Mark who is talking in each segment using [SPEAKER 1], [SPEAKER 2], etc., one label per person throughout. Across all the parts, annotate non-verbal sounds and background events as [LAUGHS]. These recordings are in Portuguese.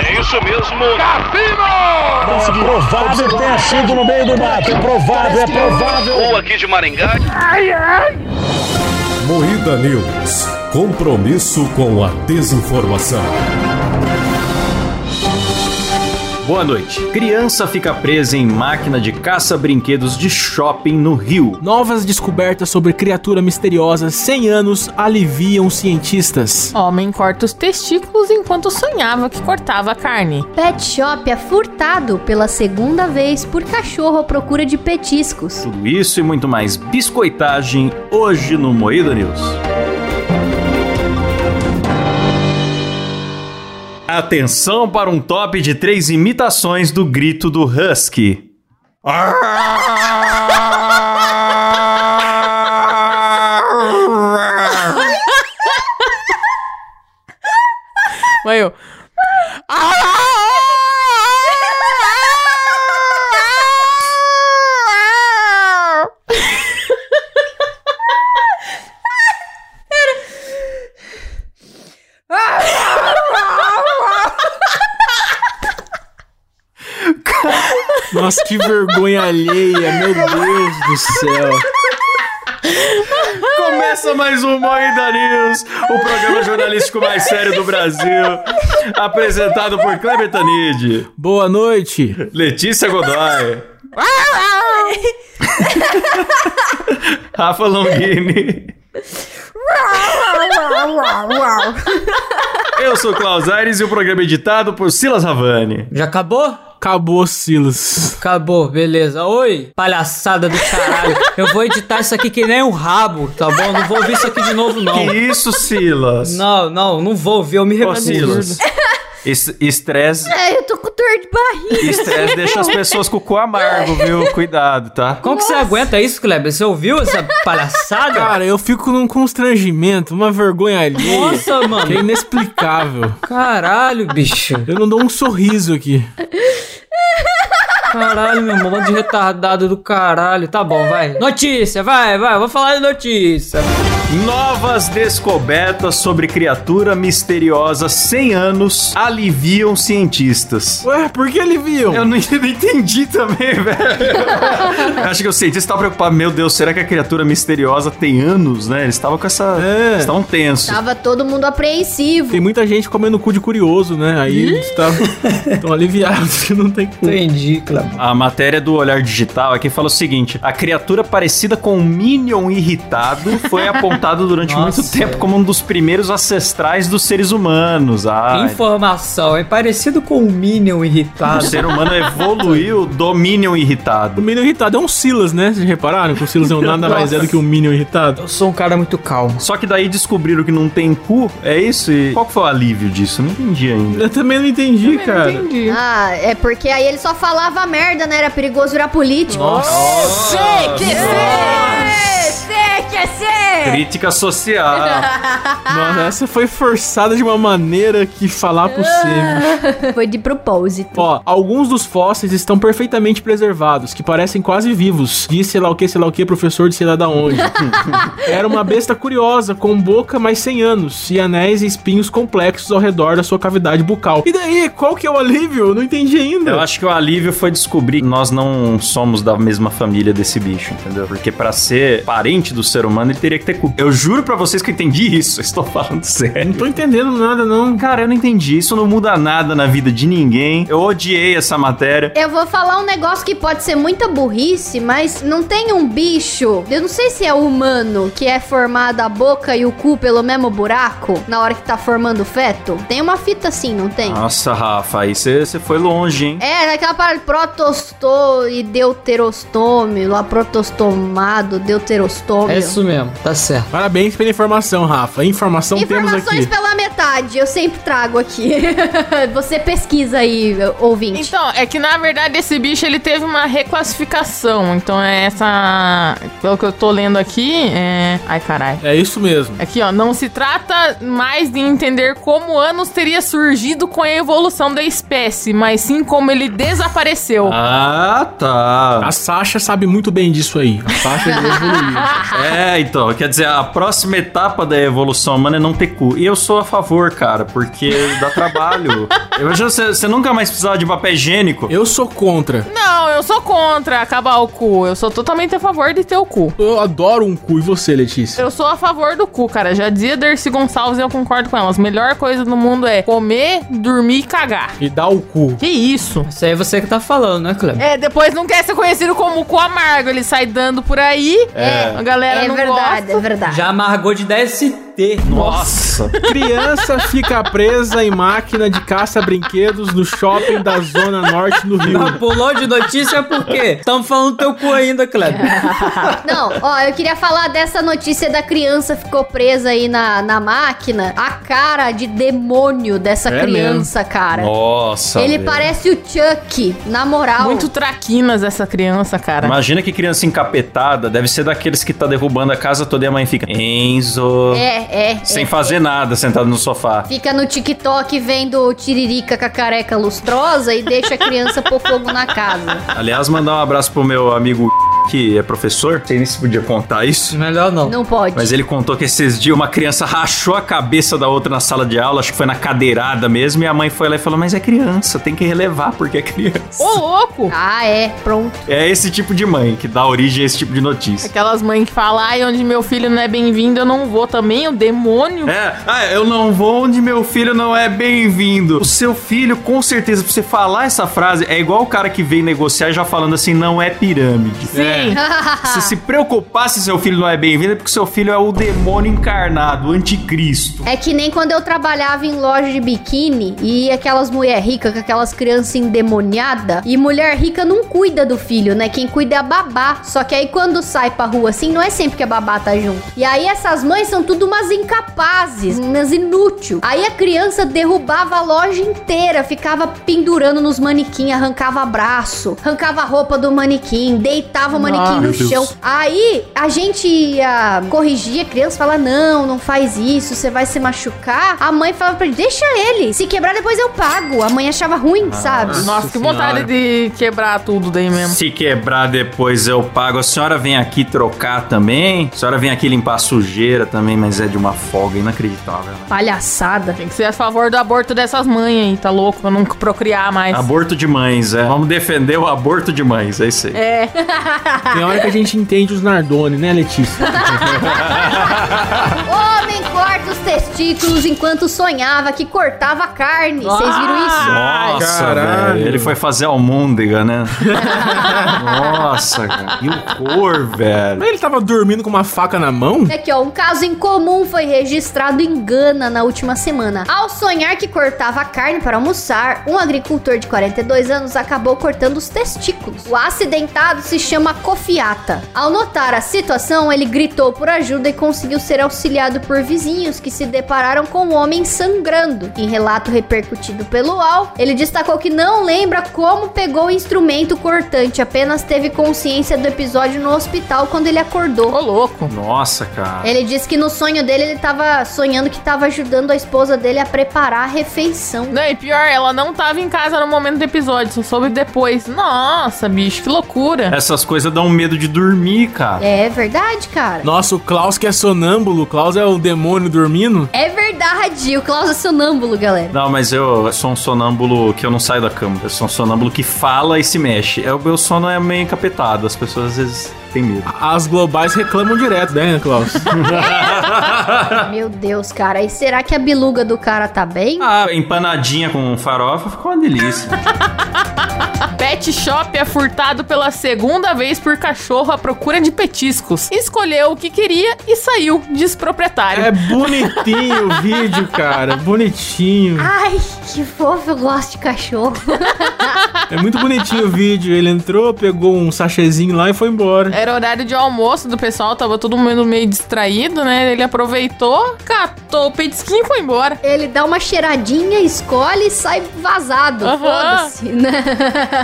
[SPEAKER 1] É isso mesmo. Cassino!
[SPEAKER 2] É provável ter sido no meio do mato. É provável, é provável.
[SPEAKER 1] Ou aqui de Maringá.
[SPEAKER 3] Moída News. Compromisso com a desinformação.
[SPEAKER 4] Boa noite. Criança fica presa em máquina de caça-brinquedos de shopping no Rio.
[SPEAKER 5] Novas descobertas sobre criatura misteriosa 100 anos aliviam cientistas.
[SPEAKER 6] Homem corta os testículos enquanto sonhava que cortava a carne.
[SPEAKER 7] Pet Shop é furtado pela segunda vez por cachorro à procura de
[SPEAKER 4] [LAUGHS]
[SPEAKER 7] petiscos.
[SPEAKER 4] Tudo isso e muito mais biscoitagem hoje no Moída News. Atenção para um top de três imitações do grito do Husky.
[SPEAKER 6] Vai eu.
[SPEAKER 5] Nossa, que vergonha alheia, meu Deus do céu.
[SPEAKER 4] Começa mais um Moída News, o programa jornalístico mais sério do Brasil. Apresentado por Kleber Tanid,
[SPEAKER 5] Boa noite.
[SPEAKER 4] Letícia [LAUGHS] Godoy, Rafa Longini. Eu sou Klaus Aires e o programa é editado por Silas Havani.
[SPEAKER 8] Já acabou?
[SPEAKER 5] Acabou, Silas.
[SPEAKER 8] Acabou, beleza. Oi, palhaçada do caralho. Eu vou editar isso aqui que nem um rabo, tá bom? Não vou ouvir isso aqui de novo, não.
[SPEAKER 4] Que isso, Silas?
[SPEAKER 8] Não, não, não vou ouvir, eu me
[SPEAKER 4] Ô,
[SPEAKER 8] recuso.
[SPEAKER 4] Silas. es- Estresse
[SPEAKER 7] Ai, É, eu tô com dor de barriga.
[SPEAKER 4] estresse deixa as pessoas com o cu amargo, viu? Cuidado, tá?
[SPEAKER 8] Como que você aguenta isso, Kleber? Você ouviu essa palhaçada?
[SPEAKER 5] Cara, eu fico num constrangimento, uma vergonha alheia.
[SPEAKER 8] Nossa,
[SPEAKER 5] Que é
[SPEAKER 8] mano.
[SPEAKER 5] inexplicável.
[SPEAKER 8] Caralho, bicho.
[SPEAKER 5] Eu não dou um sorriso aqui.
[SPEAKER 8] Caralho, meu irmão, bando de retardado do caralho. Tá bom, vai. Notícia, vai, vai. Vou falar de notícia.
[SPEAKER 4] Novas descobertas sobre criatura misteriosa 100 anos aliviam cientistas.
[SPEAKER 5] Ué, por que aliviam?
[SPEAKER 4] Eu não [LAUGHS] eu não entendi também, velho. Acho que o cientista tava preocupado. Meu Deus, será que a criatura misteriosa tem anos, né? Eles estavam com essa.
[SPEAKER 5] É.
[SPEAKER 4] Eles estavam tensos.
[SPEAKER 7] Tava todo mundo apreensivo.
[SPEAKER 5] Tem muita gente comendo cu de curioso, né? Aí eles estão aliviados que não tem cu.
[SPEAKER 8] Entendi, Kleber.
[SPEAKER 4] A matéria do Olhar Digital aqui fala o seguinte: a criatura parecida com um Minion irritado foi apontada durante
[SPEAKER 8] Nossa.
[SPEAKER 4] muito tempo como um dos primeiros ancestrais dos seres humanos. Ah,
[SPEAKER 8] Informação, é parecido com o Minion
[SPEAKER 4] o
[SPEAKER 8] irritado.
[SPEAKER 4] ser humano evoluiu do Minion
[SPEAKER 5] O
[SPEAKER 4] irritado.
[SPEAKER 5] Minion irritado é um Silas, né? Vocês repararam que o Silas é um nada mais é do que um Minion irritado?
[SPEAKER 8] Eu sou um cara muito calmo.
[SPEAKER 4] Só que daí descobriram que não tem cu, é isso? E qual que foi o alívio disso? Não entendi ainda.
[SPEAKER 5] Eu também não entendi, cara.
[SPEAKER 7] Ah, é porque aí ele só falava merda, né? Era perigoso virar político.
[SPEAKER 6] Sei que
[SPEAKER 7] Sei que sei!
[SPEAKER 4] Crítica social.
[SPEAKER 5] Nossa, essa foi forçada de uma maneira que falar possível.
[SPEAKER 7] Foi de propósito.
[SPEAKER 5] Ó, alguns dos fósseis estão perfeitamente preservados, que parecem quase vivos. Diz sei lá o que, sei lá o que, professor de sei lá da [LAUGHS] onde. Era uma besta curiosa, com boca mais 100 anos, e anéis e espinhos complexos ao redor da sua cavidade bucal. E daí, qual que é o alívio? Eu não entendi ainda.
[SPEAKER 4] Eu acho que o alívio foi descobrir que nós não somos da mesma família desse bicho, entendeu? Porque pra ser parente do ser humano, ele teria que ter cu. Eu juro pra vocês que eu entendi isso. [LAUGHS] Eu estou falando sério.
[SPEAKER 5] Não tô entendendo nada, não.
[SPEAKER 4] Cara, eu não entendi. Isso não muda nada na vida de ninguém. Eu odiei essa matéria.
[SPEAKER 7] Eu vou falar um negócio que pode ser muita burrice, mas não tem um bicho, eu não sei se é humano, que é formado a boca e o cu pelo mesmo buraco na hora que tá formando o feto? Tem uma fita assim, não tem?
[SPEAKER 4] Nossa, Rafa, aí você você foi longe, hein?
[SPEAKER 7] É, naquela parada de protostô e deuterostome, lá protostomado, deuterostômio.
[SPEAKER 8] É isso mesmo, tá certo.
[SPEAKER 5] Parabéns pela informação, Rafa. Informação temos
[SPEAKER 7] Informações
[SPEAKER 5] aqui.
[SPEAKER 7] pela metade, eu sempre trago aqui. [LAUGHS] Você pesquisa aí, ouvinte.
[SPEAKER 6] Então, é que na verdade esse bicho ele teve uma reclassificação. Então é essa. Pelo que eu tô lendo aqui, é. Ai, caralho.
[SPEAKER 5] É isso mesmo.
[SPEAKER 6] Aqui, ó, não se trata mais de entender como Anos teria surgido com a evolução da espécie, mas sim como ele desapareceu.
[SPEAKER 4] Ah, tá.
[SPEAKER 5] A Sasha sabe muito bem disso aí. A Sasha evoluiu. [LAUGHS]
[SPEAKER 4] É, então, quer dizer, a próxima etapa da evolução humana é não ter é cu. E eu sou a favor computador, cara, porque
[SPEAKER 7] [LAUGHS]
[SPEAKER 4] dá trabalho. Eu imagino você, você nunca mais precisar de papel higiênico.
[SPEAKER 5] Eu sou contra.
[SPEAKER 6] Não, eu sou contra acabar o cu. Eu sou totalmente a favor de ter o cu.
[SPEAKER 5] Eu adoro um cu. E você, Letícia?
[SPEAKER 6] Eu sou a favor do cu, cara. Já dizia Dercy Gonçalves e eu concordo com ela. A melhor coisa do mundo é comer, dormir e cagar.
[SPEAKER 5] E dá o cu.
[SPEAKER 6] Que isso?
[SPEAKER 8] Isso aí é você que tá falando, né, Cleber?
[SPEAKER 6] É, depois não quer ser conhecido como o cu amargo. Ele sai dando por aí.
[SPEAKER 7] É.
[SPEAKER 6] A galera
[SPEAKER 7] É
[SPEAKER 6] Então, não
[SPEAKER 7] verdade, é
[SPEAKER 6] gosta.
[SPEAKER 7] verdade.
[SPEAKER 8] Já amargou de DST.
[SPEAKER 4] Nossa.
[SPEAKER 5] Criança fica presa em máquina de caça-brinquedos no shopping da Zona Norte do Rio.
[SPEAKER 8] Não, pulou de notícia por quê? Estamos falando teu cu ainda, Kleber.
[SPEAKER 7] Não, ó, eu queria falar dessa notícia da criança que ficou presa aí na, na máquina. A cara de demônio dessa
[SPEAKER 5] É
[SPEAKER 7] criança, cara.
[SPEAKER 4] Nossa.
[SPEAKER 7] Ele
[SPEAKER 4] velho.
[SPEAKER 7] parece o Chuck, na moral.
[SPEAKER 6] Muito traquinas essa criança, cara.
[SPEAKER 4] Imagina que criança encapetada deve ser daqueles que tá derrubando a casa toda e a mãe fica. Enzo.
[SPEAKER 7] É, é.
[SPEAKER 4] Sem
[SPEAKER 7] é.
[SPEAKER 4] fazer nada, sentado no sofá.
[SPEAKER 7] Fica no TikTok vendo o tiririca com a careca lustrosa e deixa a criança pôr fogo na casa.
[SPEAKER 4] [LAUGHS] Aliás, mandar um abraço pro meu amigo que é professor. Não sei nem se podia contar isso.
[SPEAKER 8] Melhor não.
[SPEAKER 7] Não pode.
[SPEAKER 4] Mas ele contou que esses dias uma criança rachou a cabeça da outra na sala de aula, acho que foi na cadeirada mesmo, e a mãe foi lá e falou: Mas é criança, tem que relevar porque é criança.
[SPEAKER 6] Ô, louco!
[SPEAKER 7] Ah, é. Pronto.
[SPEAKER 4] É esse tipo de mãe que dá origem a esse tipo de notícia.
[SPEAKER 6] Aquelas mães É que falam, ai, onde meu filho não é bem-vindo, eu não vou também, o demônio.
[SPEAKER 4] É, ah, eu não vou onde meu filho não é bem-vindo. O seu filho, com certeza, pra você falar essa frase, é igual o cara que vem negociar já falando assim: não é pirâmide.
[SPEAKER 7] [LAUGHS]
[SPEAKER 4] É.
[SPEAKER 6] Sim. Ah.
[SPEAKER 4] Se se preocupar se seu filho não é bem-vindo, é porque seu filho é o demônio encarnado, o anticristo.
[SPEAKER 7] É que nem quando eu trabalhava em loja de biquíni e aquelas mulher rica com aquelas crianças endemoniadas. E mulher rica não cuida do filho, né? Quem cuida é a babá. Só que aí quando sai pra rua assim, não é sempre que a babá tá junto. E aí essas mães são tudo umas incapazes, umas inútil. Aí a criança derrubava a loja inteira, ficava pendurando nos manequim, arrancava braço, arrancava a roupa do manequim, deitava o manequim no chão. Aí a gente ia corrigir a criança, falar: não, não faz isso, você vai se machucar. A mãe falava pra ele: deixa ele, se quebrar depois eu pago. A mãe achava ruim, sabe?
[SPEAKER 6] Nossa, que
[SPEAKER 4] Senhora.
[SPEAKER 6] vontade de quebrar tudo daí mesmo.
[SPEAKER 4] Se quebrar depois eu pago. A senhora vem aqui trocar também. A senhora vem aqui limpar a sujeira também, mas é de uma folga inacreditável. né?
[SPEAKER 7] Palhaçada.
[SPEAKER 6] Tem que ser a favor do aborto dessas mães aí, tá louco? Pra não procriar mais.
[SPEAKER 4] Aborto de mães, é. Vamos defender o aborto de mães, é isso aí.
[SPEAKER 6] É.
[SPEAKER 5] Tem hora que a gente entende os Nardoni, né, Letícia?
[SPEAKER 7] Homem corta os testículos enquanto sonhava que cortava carne. Vocês viram isso?
[SPEAKER 4] Nossa,
[SPEAKER 5] caralho.
[SPEAKER 4] velho. Ele foi fazer almôndega,
[SPEAKER 6] [LAUGHS]
[SPEAKER 4] né? Nossa, cara. E o cor, velho.
[SPEAKER 5] Mas ele tava dormindo com uma faca na mão?
[SPEAKER 7] Aqui, ó, um caso incomum foi registrado em Gana na última semana. Ao sonhar que cortava carne para almoçar, um agricultor de 42 anos acabou cortando os testículos. O acidentado se chama Kofiata. Ao notar a situação, ele gritou por ajuda e conseguiu ser auxiliado por vizinhos que se depararam com o homem sangrando. Em relato repercutido pelo UOL, ele destacou que não lembra como pegou o instrumento cortante, apenas teve consciência do episódio no hospital quando ele acordou.
[SPEAKER 6] Ô, louco.
[SPEAKER 4] Nossa,
[SPEAKER 6] É.
[SPEAKER 4] cara.
[SPEAKER 7] Ele disse que no sonho dele ele tava sonhando que tava ajudando a esposa dele a preparar a refeição.
[SPEAKER 6] Não, e pior, ela não tava em casa no momento do episódio, só soube depois. Nossa, bicho, que loucura.
[SPEAKER 4] Essas coisas dão medo de dormir, cara.
[SPEAKER 7] É verdade, cara.
[SPEAKER 5] Nossa, o Klaus que é sonâmbulo. O Klaus é o demônio dormindo?
[SPEAKER 7] É verdade, o Klaus é sonâmbulo, galera.
[SPEAKER 4] Não, mas eu sou um sonâmbulo que eu não saio da cama. Eu sou um sonâmbulo que fala e se mexe. É, o meu sono é meio encapetado. As pessoas às vezes têm medo.
[SPEAKER 5] As globais reclamam direto, né, Klaus?
[SPEAKER 7] [LAUGHS] Meu Deus, cara. E será que a biluga do cara tá bem?
[SPEAKER 4] Ah, empanadinha com farofa ficou uma delícia.
[SPEAKER 6] Pet Shop é furtado pela segunda vez por cachorro à procura de petiscos. Escolheu o que queria e saiu, diz proprietário.
[SPEAKER 5] É bonitinho o vídeo, cara. Bonitinho.
[SPEAKER 7] Ai, que fofo, eu gosto de cachorro.
[SPEAKER 5] É muito bonitinho o vídeo. Ele entrou, pegou um sachêzinho lá e foi embora.
[SPEAKER 6] Era horário de almoço do pessoal, tava todo mundo meio distraído, né? Ele aproveitou, catou o petisquinho e foi embora.
[SPEAKER 7] Ele dá uma cheiradinha, escolhe e sai vazado.
[SPEAKER 6] Aham.
[SPEAKER 7] Foda-se, né?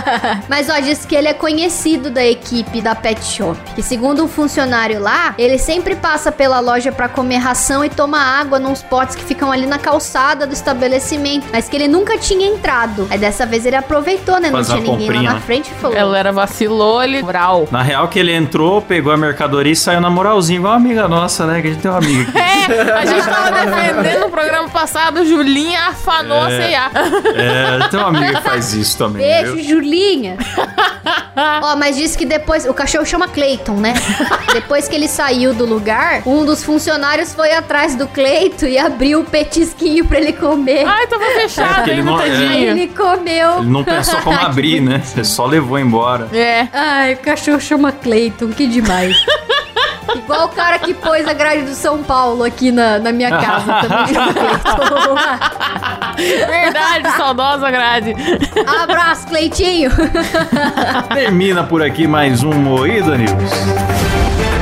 [SPEAKER 7] [LAUGHS] Mas ó, diz que ele é conhecido da equipe da Pet Shop. E segundo um funcionário lá, ele sempre passa pela loja pra comer ração e toma água nos potes que ficam ali na calçada do estabelecimento. Mas que ele nunca tinha entrado. Aí dessa vez ele aproveitou, né? né? Não
[SPEAKER 4] Fazer
[SPEAKER 7] tinha
[SPEAKER 4] uma
[SPEAKER 7] ninguém lá
[SPEAKER 4] comprinha,
[SPEAKER 7] na
[SPEAKER 4] né?
[SPEAKER 7] frente e falou.
[SPEAKER 6] Ela era vacilole, moral.
[SPEAKER 4] Na real, que ele entrou, pegou a mercadoria e saiu na moralzinha, igual a amiga nossa, né? Que a gente tem uma amiga aqui.
[SPEAKER 6] É, a gente tava defendendo no programa passado, Julinha afanou a C&A.
[SPEAKER 4] É, tem uma amiga que faz isso também.
[SPEAKER 7] Beijo,
[SPEAKER 4] viu?
[SPEAKER 7] Julinha. Ó, mas disse que depois. O cachorro chama Cleiton, né? depois que ele saiu do lugar, um dos funcionários foi atrás do Cleiton e abriu o petisquinho pra ele comer.
[SPEAKER 6] Ai, tava
[SPEAKER 4] É,
[SPEAKER 6] fechado
[SPEAKER 4] porque ele
[SPEAKER 6] ainda,
[SPEAKER 4] não- é.
[SPEAKER 7] Aí
[SPEAKER 6] tadinho.
[SPEAKER 7] ele comeu.
[SPEAKER 4] Ele não pensou como abrir, né? Ele só levou embora.
[SPEAKER 6] É.
[SPEAKER 7] Ai, o cachorro chama Cleiton, que demais. Igual o cara que pôs a grade do São Paulo aqui na, na minha casa também. chama Cleiton.
[SPEAKER 6] Verdade, saudosa grade.
[SPEAKER 7] Abraço, Cleitinho.
[SPEAKER 4] Termina por aqui mais um Moída News.